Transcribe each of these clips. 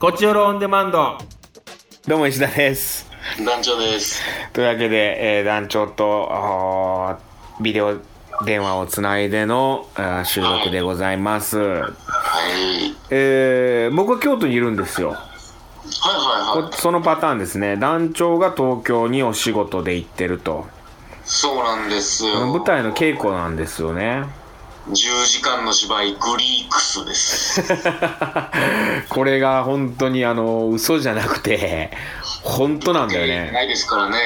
こちよろオンデマンド。どうも石田です。団長です。というわけで、えー団長とあービデオ電話をつないでのあー収録でございます。はい。えー僕は京都にいるんですよ。はいはいはこそのパターンですね。団長が東京にお仕事で行ってると。い。そうなんですよ。舞台の稽古なんですよ ね。 10時間の芝居、グリークスです。これが本当にあの、嘘じゃなくて、本当なんだよね。ないですからね。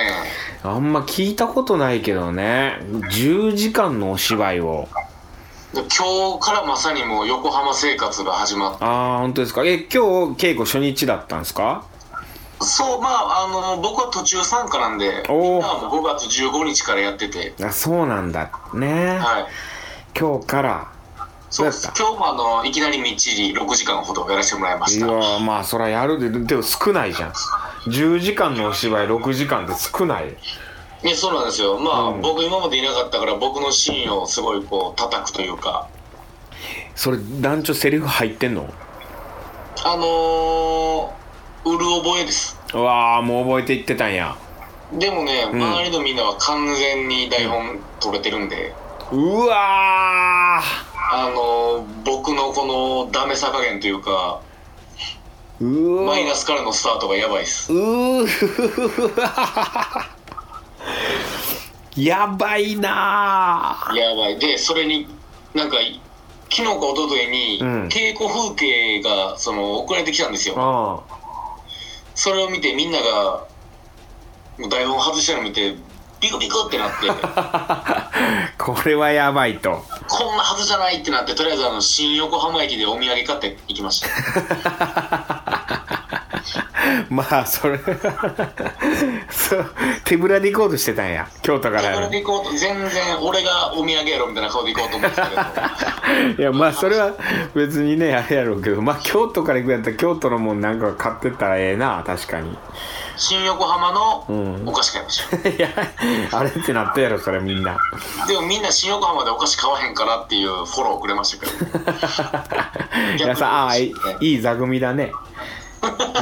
あんま聞いたことないけどね。10時間のお芝居を。で今日からまさにもう横浜生活が始まっああ、本当ですか。え、今日稽古初日だったんですかた。そう、まあ、あの、僕は途中参加なんで、おーみんなはもう5月15日からやってて、あそうなんだ。ね、はい。今日から。そどうでうやすっ。今日もあの、いきなりみっちり6時間ほどやらせてもらいましいた。やはい。ーまあ、そらやるで、でも少ないじゃん。10時間のお芝居6時間って少ない。ね、そうなんですよ。まあ、うん僕今までいなかったから、僕のシーンをすごいこう、叩くというか、それ、団長セリフ入ってんのあのー、うる覚えです。うわー、もう覚えていってたんや。でもね、ん周りのみんなは完全に台本取れてるんで、うわあのー僕のこのダメさ加減というか、ーうわマイーナスからのスタートがやばいです。うーわやばいなやばい。で、それに、なんか、昨日か一昨日に、うん稽古風景が、その、送られてきたんですーよ。あそれを見て、みんなが、もう台本外したの見て、ビクビクってな って、あ。これはやばいと。こんなはずじゃないってなって、とりあえずあの、新横浜駅でお土産買って行きました。まあ、それそう、手ぶらで行こうとしてたんや。京都かそれら。で行こうと全然俺がお土産やろみたいな顔で行こうと思ってたけどいや、まあ、それは別にね、あれやろうけど、まあ、京都から行くんやったら、京都のもんなんか買ってったらええな、確かに。 新横浜うんのお菓子買いました、いや、あれってなったやろ、それみんな。でもみんな新横浜でお菓子買わへんからっていうフォローくれましたけどいやさ、ああ、いいい座組だ ね。確か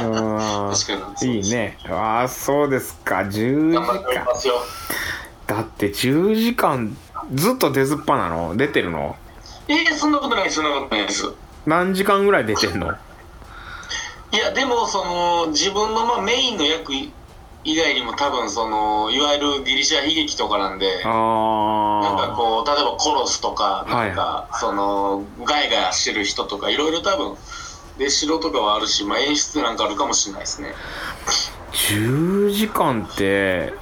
うにん。いいね。ああ、そうですか。10時頑張っており間ま。すよだって10時間ずっと出ずっぱなの出てるのいやいやそんなことないですそんなことないです何時間ぐらい出てんのいやでもその自分のまあメインの役以外にも多分そのいわゆるギリシャ悲劇とかなんでなんかあこう例えばコロスとはかないんか、そのガヤガヤしてる人とかいろいろ多分で城とかはあるし、まあ、演出なんかあるかもしれないですねあ10時間って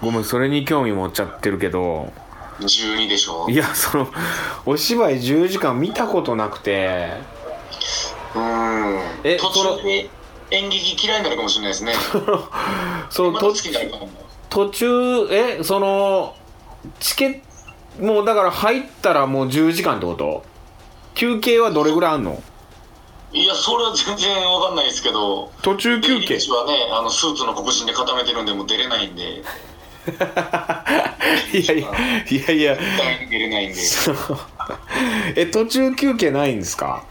ごめんそれに興味持っちゃってるけど12でしょういーやそのお芝居10時間見たことなくてんえ途中で演劇嫌いになるかもしれないですねそまのた 好ときになるかも途中えそのチケットもうだから入ったらもう10時間ってこと休憩はどれぐらいあんのいやそれは全然わかんないですけど途中休出入憩り口はねあのスーツの黒人で固めてるんでもう出れないん でいやいやいやいや 絶対に出れないんでそうえ途中休憩ないんですか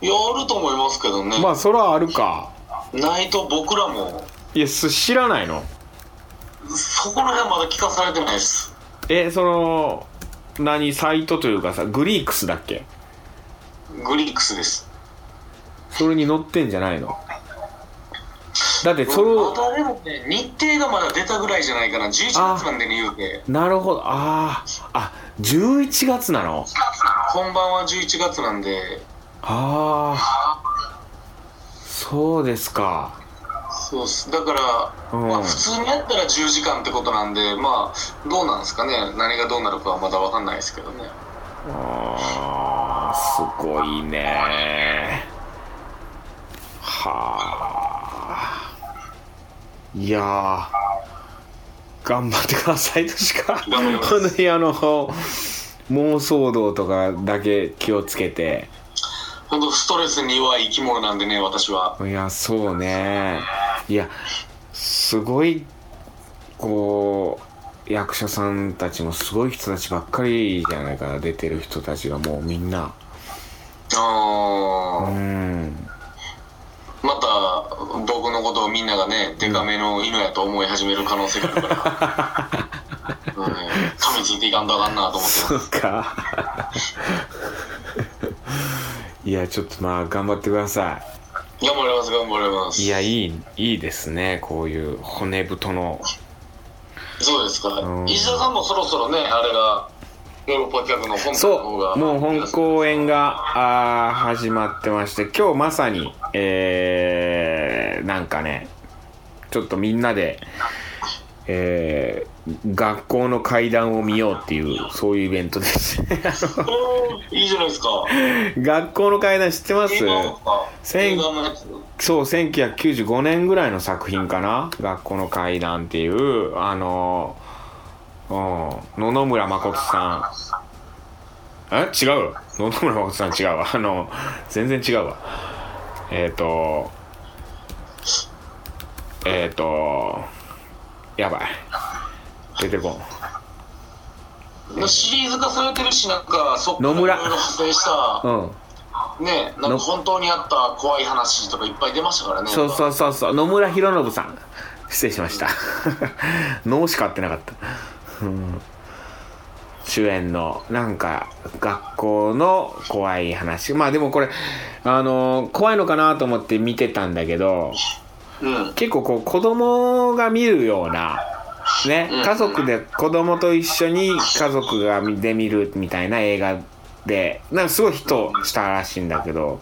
いやあると思いますけどね、まあそれはあるかないと僕らもいやす知らないのそこら辺まだ聞かされてないですえその何サイトというかさグリークスだっけグリークスですそれに載ってんじゃないのだってそれまをだでもね日程がまだ出たぐらいじゃないかな11月なんでね言うてなるほどあーあ11月なの本番は11月なんでああそうですかそうっすだから、うんまあ、普通にやったら10時間ってことなんでまあどうなんですかね何がどうなるかはまだ分かんないですけどねあーすごいねはあいやー頑張ってくださいとしか頑張ります本当にあの妄想動とかだけ気をつけて本当ストレスに弱い生き物なんでね私はいやそうねいやすごいこう役者さんたちもすごい人たちばっかりじゃないかな出てる人たちがもうみんなあうんーまた僕のことをみんながねデカめの犬やと思い始める可能性があるか らうん噛みついていかんとあかんなと思ってそうかいやちょっとまあ頑張ってくださ頑張れます頑張れますいいやいいいいですねこういう骨太のそうですか、うん石田さんもそろそろねあれがヨーロッパ企画の本の方そがうもう本公演があー始まってまして今日まさにえー、なんかねちょっとみんなで、えー、学校の階段を見ようっていうそういうイベントです おーいいじゃないですか学校の階段知ってます映画のか千映画のやつそう1995年ぐらいの作品かな「学校の階段」っていうあのうん野々村誠さんえ違うわ野々村誠さん違うわあの全然違うわえっ、とえっ、とやばい出てこんシリーズ化されてるしなんかそっか野らいろい村ろ発生したうんねなんのか本当にあった怖い話とかいっぱい出ましたからねそううそうそうそう野村弘信さん失礼しました 脳しか合ってなかった、うん主演のなんか学校の怖い話まあでもこれあの怖いのかなと思って見てたんだけどうん結構こう子供が見るようなねうん家族で子供と一緒に家族が見で見るみたいな映画でなんかすごいヒットしたらしいんだけど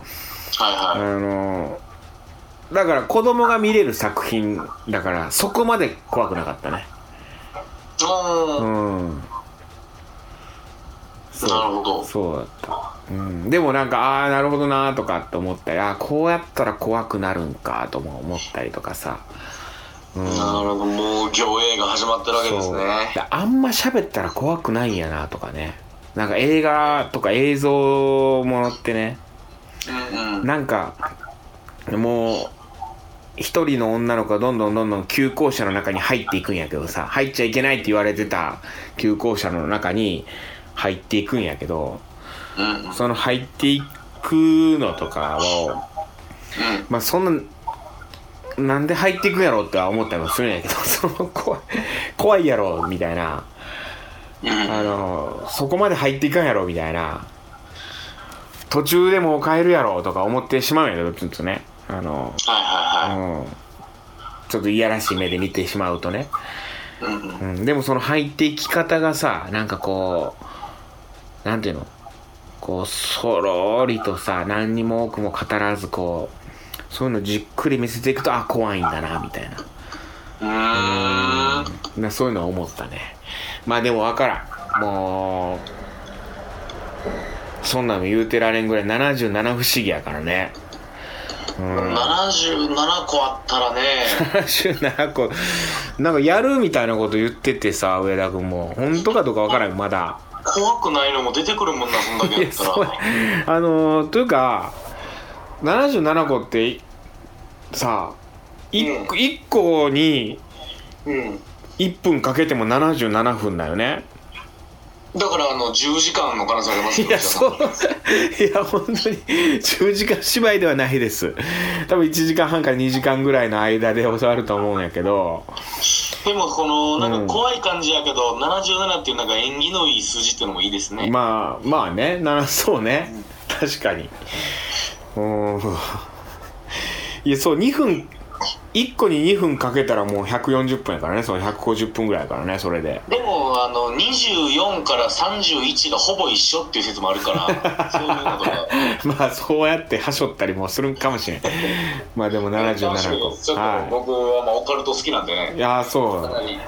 はいはいあのだから子供が見れる作品だからそこまで怖くなかったねおうーんそうなるほどそうだった、うん、でもなんかああーなるほどなーとかって思ったりあーこうやったら怖くなるんかとも思ったりとかさうんなるほどもう行映が始まってるわけですそうねであんま喋ったら怖くないんやなとかねなんか映画とか映像ものってねうんうんなんかもう一人の女の子がどんどんどんどん旧校舎の中に入っていくんやけどさ入っちゃいけないって言われてた旧校舎の中に入っていくんやけどうんうんその入っていくのとかをまあそんななんで入っていくんやろっては思ったりもするんやけど その怖い怖いやろみたいなうんあのそこまで入っていかんやろみたいな途中でもう帰るやろとか思ってしまうんやけどちょっとねあのはいはうんちょっといやらしい目で見てしまうとね、いはい。うんうん。うん、でもその入っていき方がさなんかこうなんていうのこうそろりとさ何にも多くも語らずこうそういうのじっくり見せていくとあ怖いんだなみたいなうーん。なそういうのは思ったねまあでもわからんもうそんなの言うてられんぐらい77不思議やからねうん77個あっ たらね、 77個 なんかやるみたいなこと言っててさ上田君も本当かどうかわからんまだ怖くないのも出てくるもんな、そんだいけややったそらう。あのーというか77個ってさうん 1, 個にうん。 1分かけても77分だよねだから、あの、10時間の可能性ありますよ。いやじゃあそういや本当に10時間芝居ではないです多分1時間半から2時間ぐらいの間で教わると思うんやけどでも、この、なうんんか怖い感じやけど、77っていうなんか縁起のいい数字っていうのもいいですね。まあまあねなそうね確かにうーんいやそう2分1個に2分かけたらもう140分やからねその150分ぐらいやからねそれで でも、あの、24から31がほぼ一緒っていう説もある から、そういうのとか。まあそうやってはしょったりもするんかもしれんまあでも楽しみ77個ですちょっとは僕はまあオカルト好きなんでねいい。やーそかうなり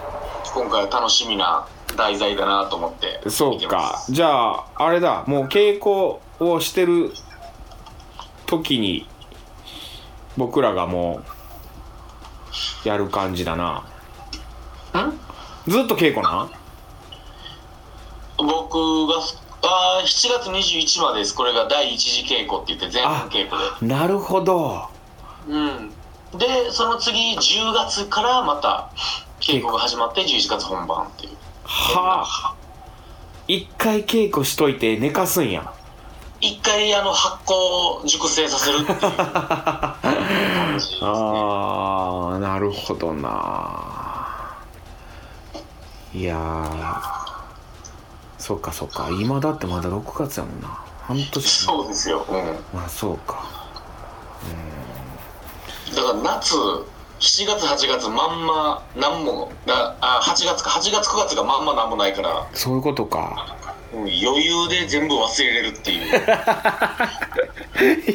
今回は楽しみな題材だなと思ってそう見てまかすじゃああれだもう稽古をしてる時に僕らがもうやる感じだなんずっと稽古なん僕があー7月21日までですこれが第一次稽古って言って全あ稽古なるほどでうんでその次10月からまた稽古が始まって11月本番っていうはあ一回稽古しといて寝かすんや一回あの発酵を熟成させるっていう感 じです、ね、ああなるほどないやーそっかそっか今だってまだ6月やもんな半年そうですよ、うん、まあそうかだから夏7月8月まんま何もなあ8月か8月9月がまんま何もないから、そういうことかうん余裕で全部忘れれるってい うい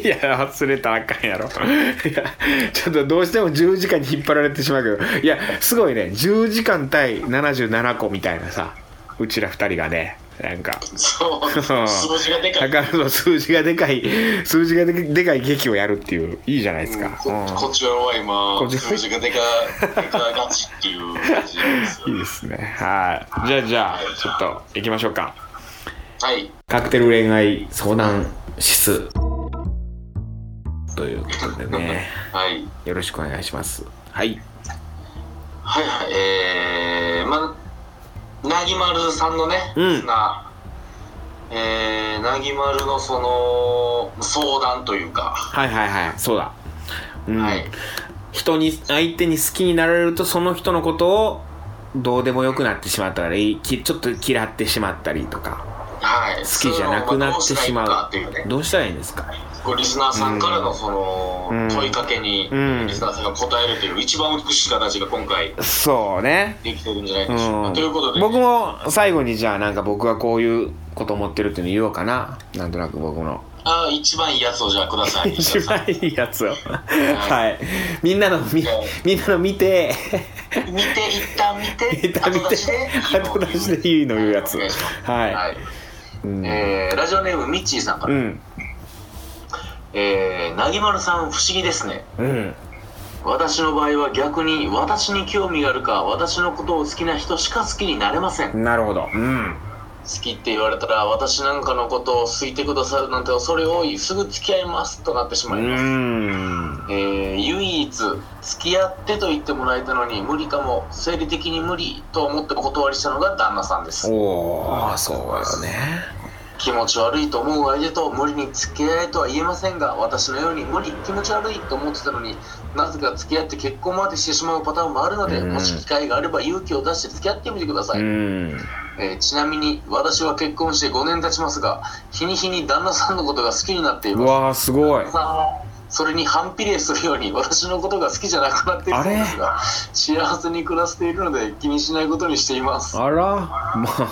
や忘れたらあかんやろ いやちょっとどうしても10時間に引っ張られてしまうけどいやすごいね10時間対77個みたいなさうちら2人がねなんかそうそう数字がでかいだから数字がでかい数字がででかい劇をやるっていういいじゃないですか、こうんこっちはこっ今ち数字がでかでかがちっていう感じなんですよいいですねはいじゃあじゃあちょっと行きましょうかはいカクテル恋愛相談室ということでねはいよろしくお願いしますはいはいはいえー、まなぎまるさんのね、うんなえー、なぎまるのその相談というか、はいはいはいそうだうん、はい人に相手に好きになられるとその人のことをどうでもよくなってしまったりきちょっと嫌ってしまったりとかはい、好好きじゃなくなってしまうっていうねどうしたらいいんですかこうリスナーさんからのそのうん問いかけにうんリスナーさんが答えるという一番美しい形が今回そうねできてるんじゃないでしょうか、うん、ということで僕も最後にじゃあなんか僕はこういうこと思ってるっていうの言おうかななんとなく僕のあー一番いいやつをじゃあください 一番いいやつをはいみんなのみはいみんなの見 て見て一旦見て見た見後出して後出しでいいの言うやつお願いしますははいい、うんえーラジオネームミッチーさんかうら、んえー、なぎまるさん不思議ですねうん私の場合は逆に私に興味があるか私のことを好きな人しか好きになれません好なるほどうんきって言われたら私なんかのことを好いてくださるなんて恐れ多いすぐ付き合いますとなってしうまいます、んえー唯一付き合ってと言ってもらえたのに無理かも生理的に無理と思ってお断りしたのが旦那さんですおおそうよね気持ち悪いと思う相手と無理に付き合えとは言えませんが私のように無理気持ち悪いと思ってたのになぜか付き合って結婚までしてしまうパターンもあるので、うんもし機会があれば勇気を出して付き合ってみてください、うんえーちなみに私は結婚して5年経ちますが日に日に旦那さんのことが好きになっていうますわーすごい旦那さんはそれに反比例するように私のことが好きじゃなくなっているそうですが幸せに暮らしているので気にしないことにしていますあらまあ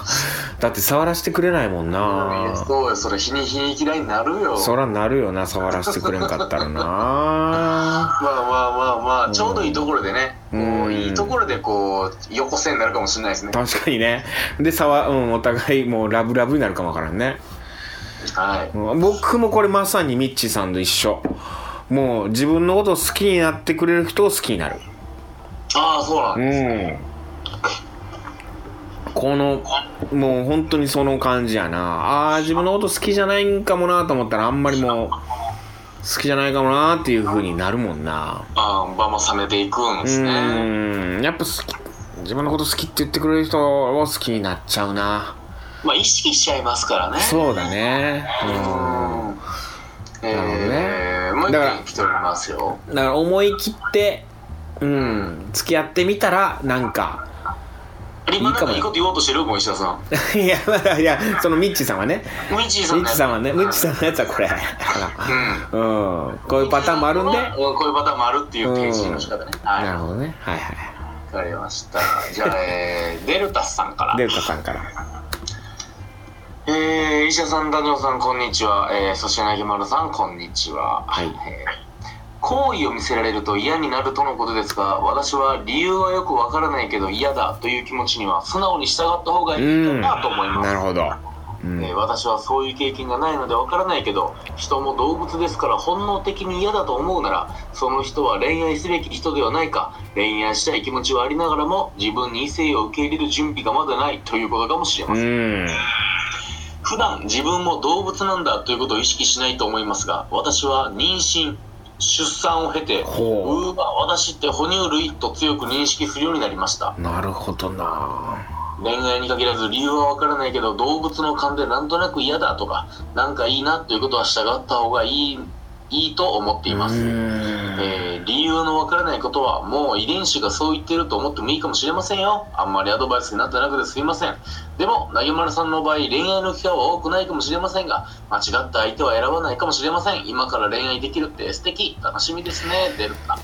だって触らせてくれないもんうんなそうよそれ日に日に嫌いになるよそらなるよな触らせてくれんかったらなまあまあまあまあ、ちょうどいいところでね、うんこういいところでこう横線になるかもしれないですね。確かにねで触、うん、お互いもうラブラブになるかもわからんねはい。うん僕もこれまさにミッチーさんと一緒もう自分のことを好きになってくれる人を好きになるああ、そうなんうですね。んこのもう本当にその感じやなあー自分のこと好きじゃないんかもなと思ったらあんまりもう好きじゃないかもなっていう風になるもんなああ、まあ、冷めていくんうですね。んやっぱ好き自分のこと好きって言ってくれる人を好きになっちゃうなまあ、意識しちゃいますからね。う。そうだねうんん。なるほどえねー、もう一だから人一人いますよ。だから思い切ってうん付き合ってみたらなんか い今なんいかもかいいこと言おうとしてるもう石田さん。いやまだいやそのミッチーさんはねムイチーさんミッチのーやつさんはねミッチーさんのやつはこれ あうらうん。んこういうパターンもあるんでうんこういうパターンもあるっていう提示の仕方ね。はい。なるわほどねはいはかりました。じゃあ、 えー、デルタスさんからい。デルタさんからえー、医者さん、ダジョさん、こんにちは。えー、そして、なぎまるさん、こんにちは。はいえー好意を見せられると嫌になるとのことですが、私は理由はよくわからないけど嫌だという気持ちには素直に従った方がいいかなと思います。なるほどうえんー私はそういう経験がないのでわからないけど人も動物ですから本能的に嫌だと思うならその人は恋愛すべき人ではないか恋愛したい気持ちはありながらも自分に異性を受け入れる準備がまだないということかもしれませんうん普段自分も動物なんだということを意識しないと思いますが私は妊娠出産を経てうほーわ私って哺乳類と強く認識するようになりましたうなるほどな恋愛に限らず理由はわからないけど動物の勘でなんとなく嫌だとかなんかいいなということは従った方がいいいいと思っています、うんえー理由わからないことはもう遺伝子がそう言ってると思ってもいいかもしれませんよあんまりアドバイスになってなくてすいませんでもなぎまるさんの場合恋愛の機会は多くないかもしれませんが間違った相手は選ばないかもしれません今から恋愛できるって素敵楽しみですねデルタ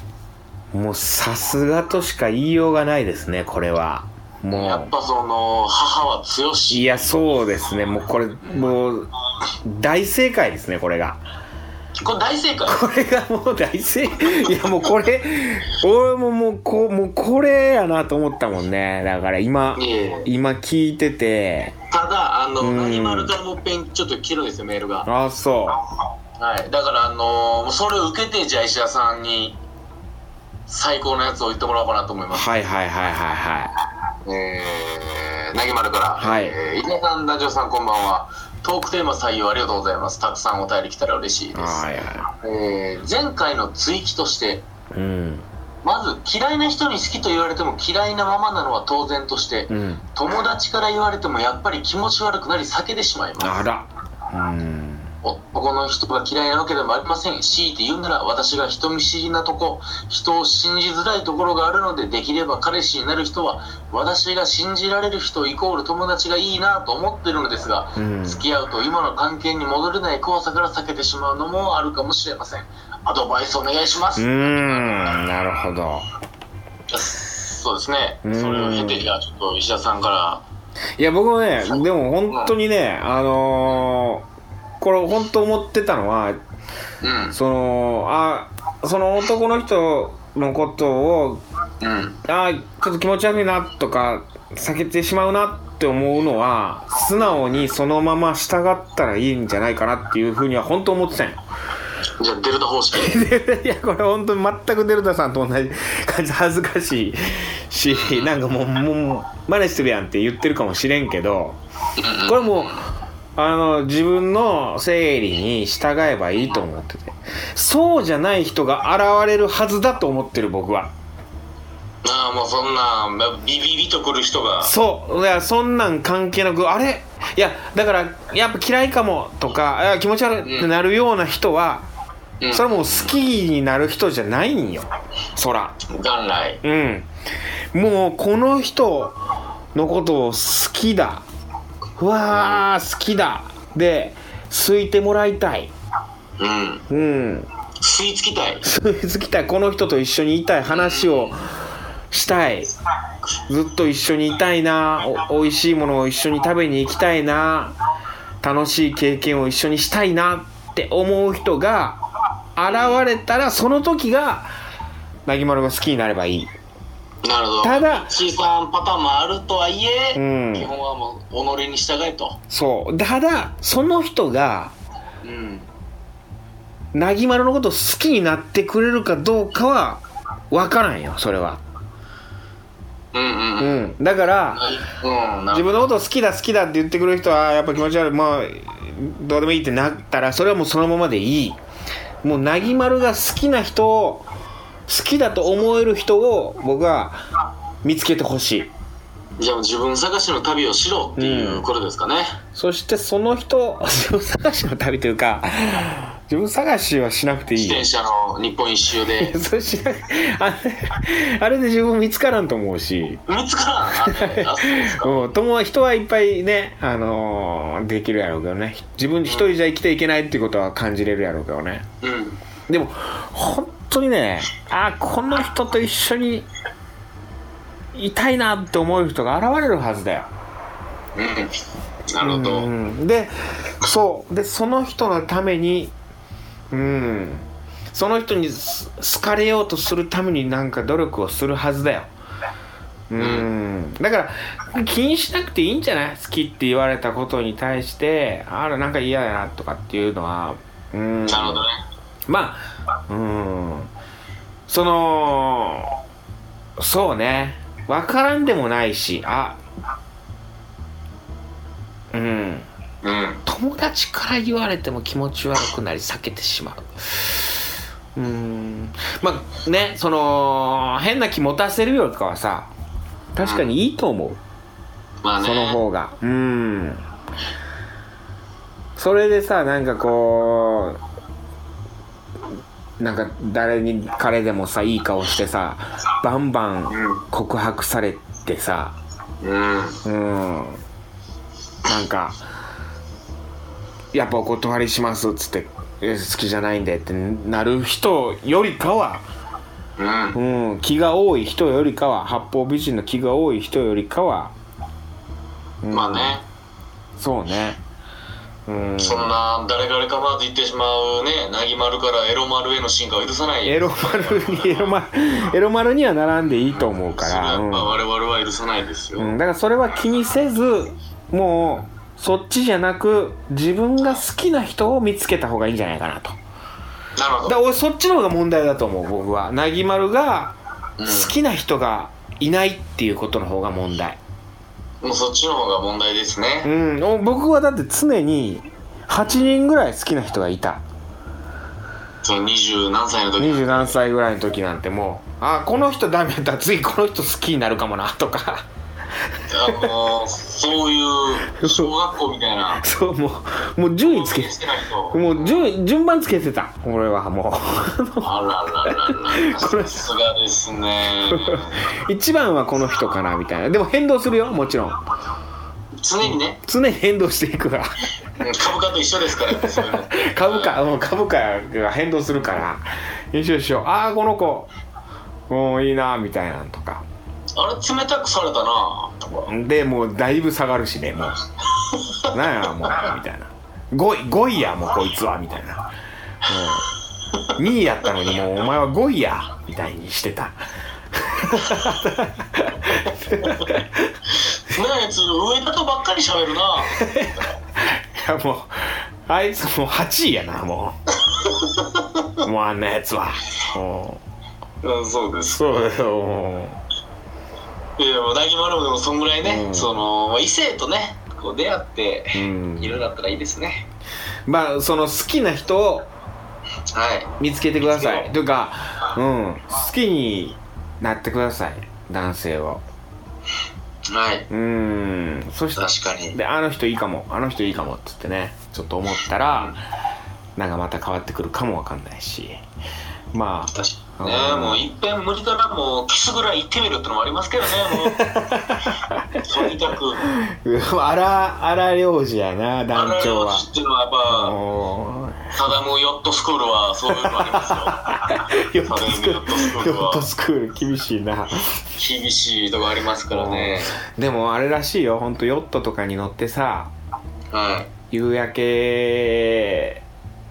もうさすがとしか言いようがないですねこれはやもっぱその母は強うしいやそうですねもうこれもう大正解ですねこれがこれ大正解これがもう大正解いやもうこれ俺ももうこうもうこれやなと思ったもんねだから今いえいえ今聞いててただあうのんなぎまるからもうペンちょっと来てるんですよメールがああそはいだからあのもうそれを受けてじゃあ石田さんに最高のやつを言ってもらおうかなと思いうますはいはいはいはいはいえー、なぎまるから、はいえー、井上さん、ダジオさん、こんばんは。トークテーマ採用ありがとうございます。たくさんお便り来たら嬉しいです。はいはえー前回の追記として、いうんまず嫌いな人に好きと言われても嫌いなままなのは当然として、うん友達から言われてもやっぱり気持ち悪くなり避けてしまいます。あらうん男の人が嫌いなわけでもありません強いて言うなら私が人見知りなとこ人を信じづらいところがあるのでできれば彼氏になる人は私が信じられる人イコール友達がいいなと思ってるのですが、うん付き合うと今の関係に戻れない怖さから避けてしまうのもあるかもしれませんアドバイスお願いしまうす、ーんなるほどそうですねうんそれを経てじゃあちょっと石田さんからいや僕もねでも本当にねあのー、これ本当思ってたのはうんそのあその男の人のことをうんあーちょっと気持ち悪いなとか避けてしまうなって思うのは素直にそのまま従ったらいいんじゃないかなっていうふうには本当思ってたんよじゃあデルタ方 式いやこれ本当に全くデルタさんと同じ感じ恥ずかしいしなんかもうもう真似してるやんって言ってるかもしれんけどこれもうあの自分の生理に従えばいいと思っててそうじゃない人が現れるはずだと思ってる僕はああもうそんなビビビとくる人がそういやそんなん関係なくあれいやだからやっぱ嫌いかもとかあ気持ち悪いってなるような人はうんそれはもう好きになる人じゃないんよそら元来うん、もうこの人のことを好きだうわー好きだで好いてもらいたいうんうん吸い付き たい好きたいこの人と一緒にいたい話をしたいずっと一緒にいたいなお美味しいものを一緒に食べに行きたいな楽しい経験を一緒にしたいなって思う人が現れたらその時がなぎまるが好きになればいいなるほどただ小さなパターンもあるとはいえ、うん基本はもう己に従えとそうただその人がうんなぎまるのこと好きになってくれるかどうかは分からんよそれはうんうんううんんだからはいうんな自るほ分のことを好きだ好きだって言ってくれる人はやっぱ気持ち悪いまあどうでもいいってなったらそれはもうそのままでいいもうなぎまるが好きな人を好きだと思える人を僕は見つけてほしいどじゃあ自分探しの旅をしろっていうことですかね、そしてその人自分探しの旅というか自分探しはしなくていい自よ転車の日本一周でそうしなあれあれで自分見つからんと思うし、見つからんなあれあそうですかうん、友は人はいっぱいね、あのーできるやろうけどね自分一人じゃ生きていけないっていうことは感じれる やろうけどねうんでも本当にねあこの人と一緒にいたいなって思う人が現れるはずだようんなるほど、うん、でそうでその人のためにうんその人にす好かれようとするためになんか努力をするはずだようん、だから気にしなくていいんじゃない好きって言われたことに対してあらなんか嫌だなとかっていうのはうんなるほどねまあうんそのそうね分からんでもないしあうんうん友達から言われても気持ち悪くなり避けてしまううーんまあねその変な気持たせるよりかはさ確かにいいと思う、まあねその方がうーんそれでさなんかこうなんか誰に彼でもさいい顔してさバンバン告白されてさうんうんなんかやっぱお断りしますっつってえ好きじゃないんでってなる人よりかはうんうん、気が多い人よりかは八方美人の気が多い人よりかは、うんまあねそうねうんそんな誰からかまず言ってしまうねなぎまるからエロ丸への進化を許さないエロ丸にエロ丸エロ丸には並んでいいと思うかそれはら、やうっぱん我々は許さないですよ、うんだからそれは気にせずもうそっちじゃなく自分が好きな人を見つけた方がいいんじゃないかなとなるほだからど俺そっちの方が問題だと思う僕はなぎまるがうん好きな人がいないっていうことの方が問題もうそっちの方が問題でうすねん、お僕はだって常に8人ぐらい好きな人がいたその二十何歳の時2何歳ぐらいの時なんてもうあこの人ダメだったら次この人好きになるかもなとか あのーそういう小学校みたいなそうもうもう順位つけしてない人もう順位順番つけてた俺はもあららららこれさすがですねう 一番はこの人かなみたいなでも変動するよもちろん常にね常に変動していくからうん株価と一緒ですからそういうの株価うん株価が変動するから一緒一緒ああこの子もういいなみたいなんとかあれ冷たくされたなとかでもうだいぶ下がるしねもうなんやもうみたいな5位5位やもうこいつはみたいな、うん、2位やったのにもうお前は5位やみたいにしてたなあやつ上田とばっかり喋るないやもうあいつもう8位やなもうもうあんなやつはもうんそうでうすそうだよもいやもう大丸もでもそんぐらいね、うんそのまあ異性とねこう出会ってううんいろいろだったらいいですねまあその好きな人をはい見つけてくださ見つけよいうというかうん好きになってください男性をはいうんそして確かにであの人いいかもあの人いいかもっつってねちょっと思ったらなんかまた変わってくるかもわかんないしまあ 確かにねもういっぺん無理からもうキスぐらい行ってみるってのもありますけどねもうとにかく荒荒領事やな団長はあられを知ってるのはやっぱお サダムヨットスクールはそういうのありますーヨットスクールヨヨッットトスクール厳しいなよ厳しいとこありますからねでもあれらしいよ本当ヨットとかに乗ってさはい夕焼け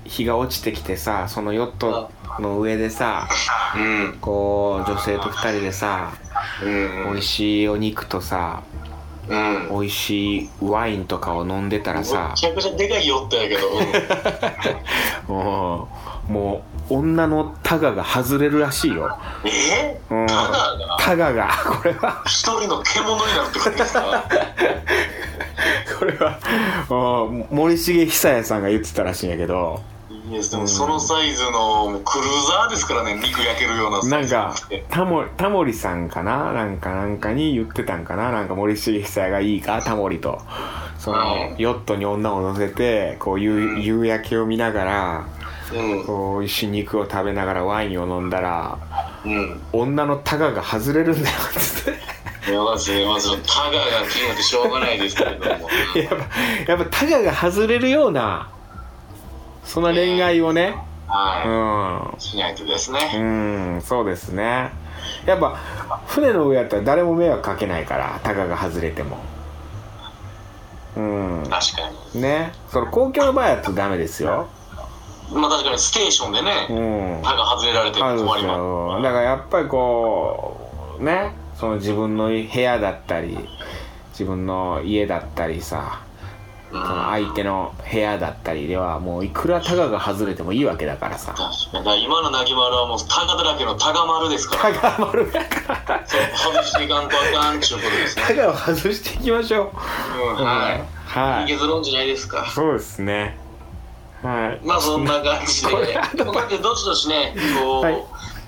日が落ちてきてさそのヨットの上でさうんこう女性と二人でさうん美味しいお肉とさうん美味しいワインとかを飲んでたらさめちゃくちゃでかいヨットやけど、うんうんもう女のタガが外れるらしいよ、えうん、ただがタガがこれは一人の獣になるってことですかこれはうん森重久彌さんが言ってたらしいんやけどいやでもそのサイズのもうクルーザーですからね肉焼けるようなサなイんズかタモタモリさんかななんかなんかに言ってたんかななんか森重久彌がいいかタモリとそのうんヨットに女を乗せてこう夕夕焼けを見ながらうんこう美味しい肉を食べながらワインを飲んだらうん女のタガが外れるんだよつっいやまずまずタガが気になってしょうがないですけれど もてやっぱやっぱタガが外れるようなそんな恋愛をねうはんいしないとですうねんそうですねやっぱ船の上やったら誰も迷惑かけないからタガが外れてもうん確かにねその公共の場合やとダメですよまあ確かにステーションでね、うんタが外れられてあるもんで困すりまよだからやっぱりこうねその自分の部屋だったり自分の家だったりさす。その相手の部屋だったりではもういくらタガが外れてもいいわけだからさ確かにだから今のなぎまるはもうタガだらけのタガ丸ですから、タガ丸やからそう外していかんとあかんっちゅうことですね、タガを外していきましょううん、はいはいい結論じゃないですかそうですねはいまあそんな感じでこれこうやってどしどしねこう、はい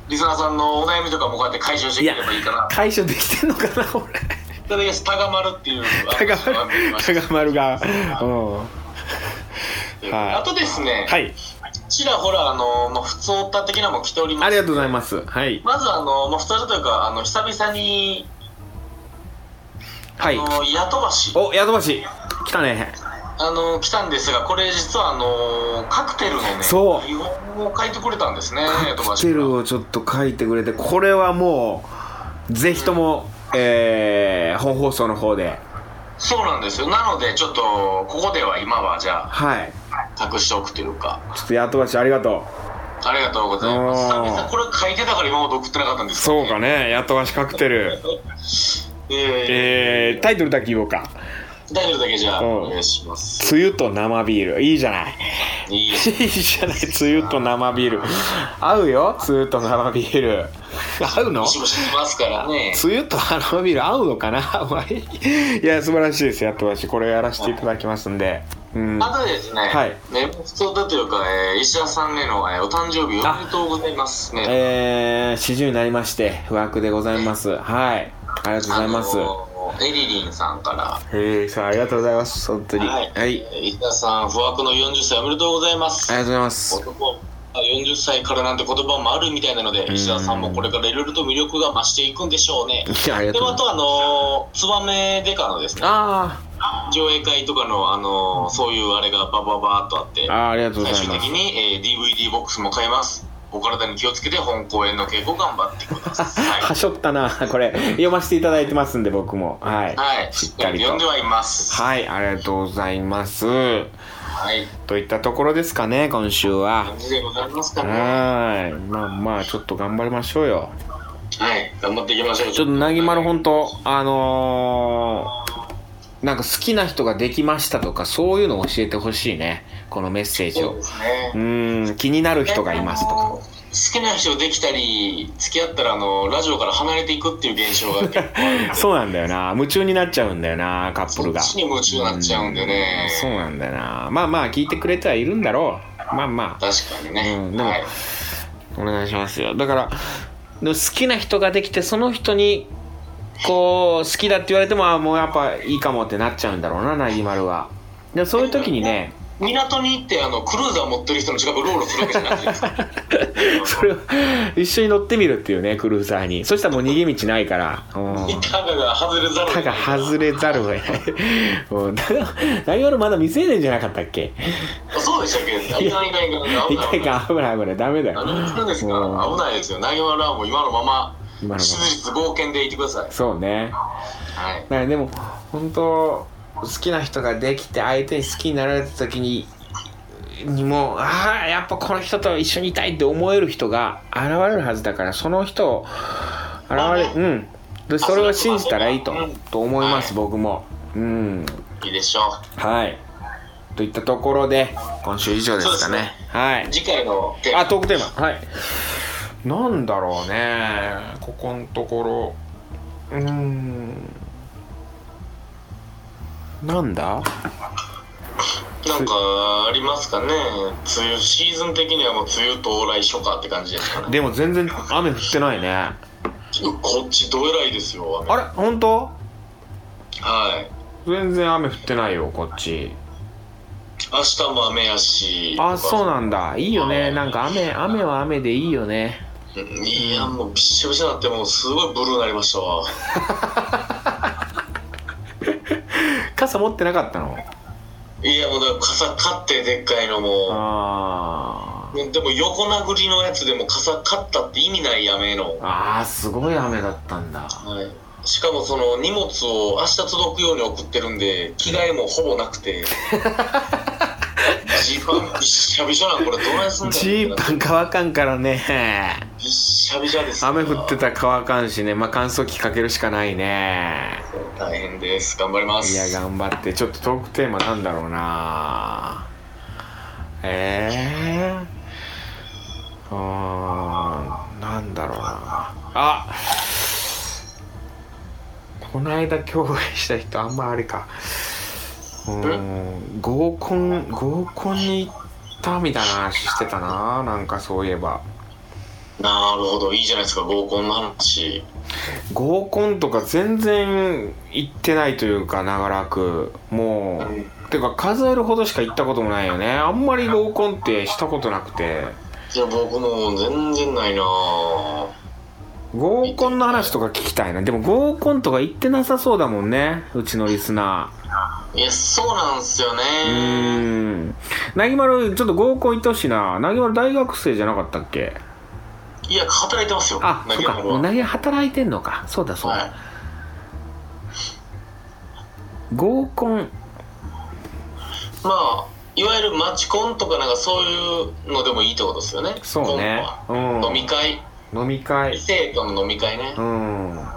リスナーさんのお悩みとかもこうやって解消していければいいかな解消できてんのかな俺ただいやタガ丸っていうタガあの丸タガ丸がうんあとですね、、はいいちらほら、あの、まあ、普通オタ的なのも来ております。ありがとうございます。はい。まず、あの、まあ、二人というか、あの、久々に、はあい。の、ヤトバシ、お、ヤドバシ、来たね。あの、来たんですが、これ実は、あの、カクテルのね、そう日本を書いてくれたんですね、ヤトカバクシテが。ルをちょっと書いてくれて、これはもう、ぜひとも、えー、本放送の方で、そうなんですよ。なので、ちょっと、ここでは今は、じゃはい。あ、託しておくというか、ちょっとヤドバシありがとありがとうございます。おー久々これ書いてたから今まで送ってなかったんでう。すけどそうかね、ヤドバシカクテル。ええー、タイトルだけ言おうか。ー、タイトルだけじゃあ、うんお願いします。梅雨と生ビール。いいじゃない。いいですいいじゃない、梅雨と生ビール。合うよ、梅雨と生ビール。合うのゴシゴシしますからね。梅雨と生ビール合うのかなお前いや、素晴らしいです、やってほしい。これやらせていただきますんで。うん。あとですね、はいね、普通だというか、えー石田さんへの、えーお誕生日おめでとうございますね。えー、四十になりまして、不惑でございます。はい。ありがとうございます。のーエリリンさんから、えー、さあ、ありがとうございます、本当に。はい。ありがえー石田さん、不惑の40歳おめでとうございます。とうございます。男あ40歳からなんて言葉もあるみたいなので、ん石田さんもこれからいろいろと魅力が増していくんでしょうね。いや、ありがでとうもございます。あとあのー、ツバメデカのですね、あ上映会とかの、あのー、そういうあれがバババーっとあってー、、あーありがとうご最ざい終ま的す。に、えー DVD ボックスも買います。お体に気をつけて本公演の稽古頑張ってください。はしょったな、これ。読ませていただいてますんで、僕も。はい。はい、しっかりと読んではいます。はい、ありがとうございます。はい、といったところですかね、今週は感。じでございますかはね。ーい。まあまあ、ちょっと頑張りましょうよ。はい、頑張っていきましょう。ちょっと、なぎまるほんと、あのー、なんか好きな人ができましたとか、そういうの教えてほしいね。このメッセージそうをで。すねう。ーん、気になる人がいますとあかの。好きな人できたり付き合ったらあのラジオから離れていくっていう現象が結構 あるんでそうなんだよな。夢中になっちゃうんだよな、カップそルっが。ちに夢中になっちゃうんでねそうなんだよな。まあまあ、聞いてくれてはいるんだろう。まあまあ。確かにね、うんでもはい、お願いしますよだからでも好きな人ができてその人にこう好きだって言われてもあもうやっぱいいかもってなっちゃうんだろうななぎまるはでそういう時にね港に行ってあのクルーザー持ってる人の近くうろうろするわけじゃなくて それを一緒に乗ってみるっていうねクルーザーにそしたらもう逃げ道ないからうんタガが外れざるを歯得ながい外れざるを得ないうんだからなぎまるまだ未成年じゃなかったっけあそうでしたっけいかんいかんいかん一危な回い危ないか危ない危ないダメだよ何言ってるんですかうん危ないですよ投げ丸はもう今のまま今のまま手術合憲でいてくださいそうねはいだからでも本当好きな人ができて相手に好きになられた時ににもああやっぱこの人と一緒にいたいって思える人が現れるはずだからその人を現まあれねうんでそれを信じたらいいとうんと思いますは僕もうんいいでしょうはいといったところで今週以上ですかねはい次回のテーマあトークテーマはいなんだろうねここのところうーんなんだなんかありますかね梅雨シーズン的にはもう梅雨到来初夏って感じですかねでも全然雨降ってないねあこっちどえらいですよ雨れ本当はい全然雨降ってないよこっち明日も雨やしあそうななんだいいよねなんか雨雨は雨でいいよねいやもうびっしょびしょになってもうすごいブルーになりましたわ傘持ってなかったのいやもうだから傘買ってでっかいのもあーでも横殴りのやつでも傘買ったって意味ない雨の、あーすごい雨だったんだはい、しかもその荷物を明日届くように送ってるんで着替えもほぼなく てジーパンびっしゃびしゃなんこれどないすんだジーパン乾かんからねびっしゃびしゃです雨降ってたたら乾かんしね、まあ、乾燥機かけるしかないね大変です頑張りまいすや頑張ってちょっとトークテーマなんだろうなええー、あーなんだろうなあこの間共演した人あんまあれかうーん合コン合コンに行ったみたいな話してたななんかそういえばなるほどいいじゃないですか合コンの話合コンとか全然行ってないというか長らくもうてか数えるほどしか行ったこともないよねあんまり合コンってしたことなくていや僕も全然ないなぁ合コンの話とか聞きたいなでも合コンとか行ってなさそうだもんねうちのリスナーいやそうなんですようねーんなぎまるちょっと合コン行ってほしいななぎまる大学生じゃなかったっけいや働いてますよあそ投うげか物もうはなぎ働いてんのかそうだそうだ、はい合コンまあいわゆるマチコンとかなんかそういうのでもいいってことですよねそうねコンうんは飲み会飲み会異性との飲み会ねうん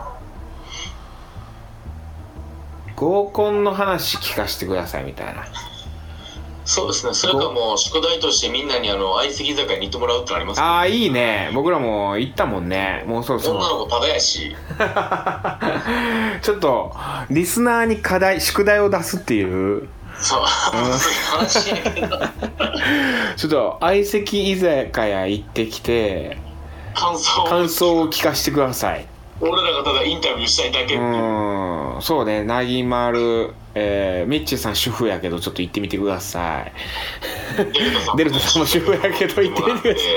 合コンの話聞かせてくださいみたいなそうですねそれかもう宿題としてみんなにあの相席居酒屋に行ってもらうってのありますああいいね僕らも行ったもんねもうそろそ女ろの子食べやしちょっとリスナーに課題宿題を出すっていうそう話し合いがちょっと相席居酒屋行ってきて感想を感想を聞かせてください俺らがただインタビューしたいだけってういう、んそうねなぎまるえー、ミッチーさん主婦やけどちょっと行ってみてくださいデルタさんデルタさんも主婦やけど言ってみてください。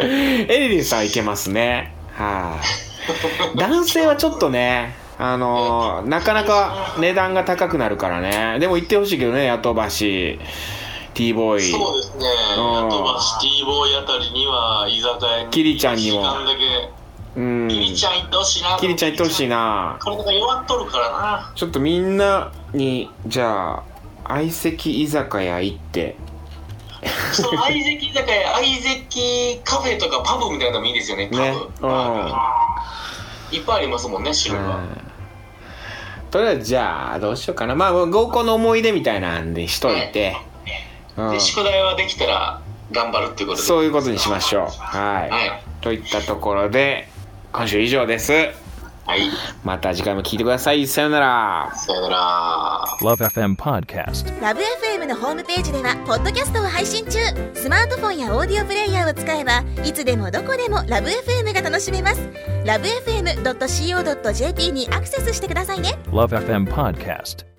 エリリンさんいけますね。はい、男性はちょっとね、あのーなかなか値段が高くなるからね。でも行ってほしいけどね、ヤトバシ、T ボーイ。そうですね、うんあとはシティボーイあたりには居酒屋にキリちゃんにも一時間だけうん。キリちゃん行ってほしいなキリちゃん行ってほしいな。体が弱っとるからなちょっとみんなに、じゃあ、相席居酒屋行って。その相席居酒屋相席カフェとかパブみたいなのもいいですよねパブねいっぱいありますもんね種類は、うんとりあえずじゃあ、どうしようかな。まあ、合コンの思い出みたいなんでしといて。うんで宿題はできたら頑張るっていうことでそういうことにしましょう。はい。はいといったところで、今週以上です。はいまた次回も聞いてください。さよなら。さよなら Love FM Podcast. ラブ f m のホームページではポッドキャストを配信中スマートフォンやオーディオプレイヤーを使えばいつでもどこでもラブ f m が楽しめますラブ FM.co.jp にアクセスしてくださいね Love FM Podcast.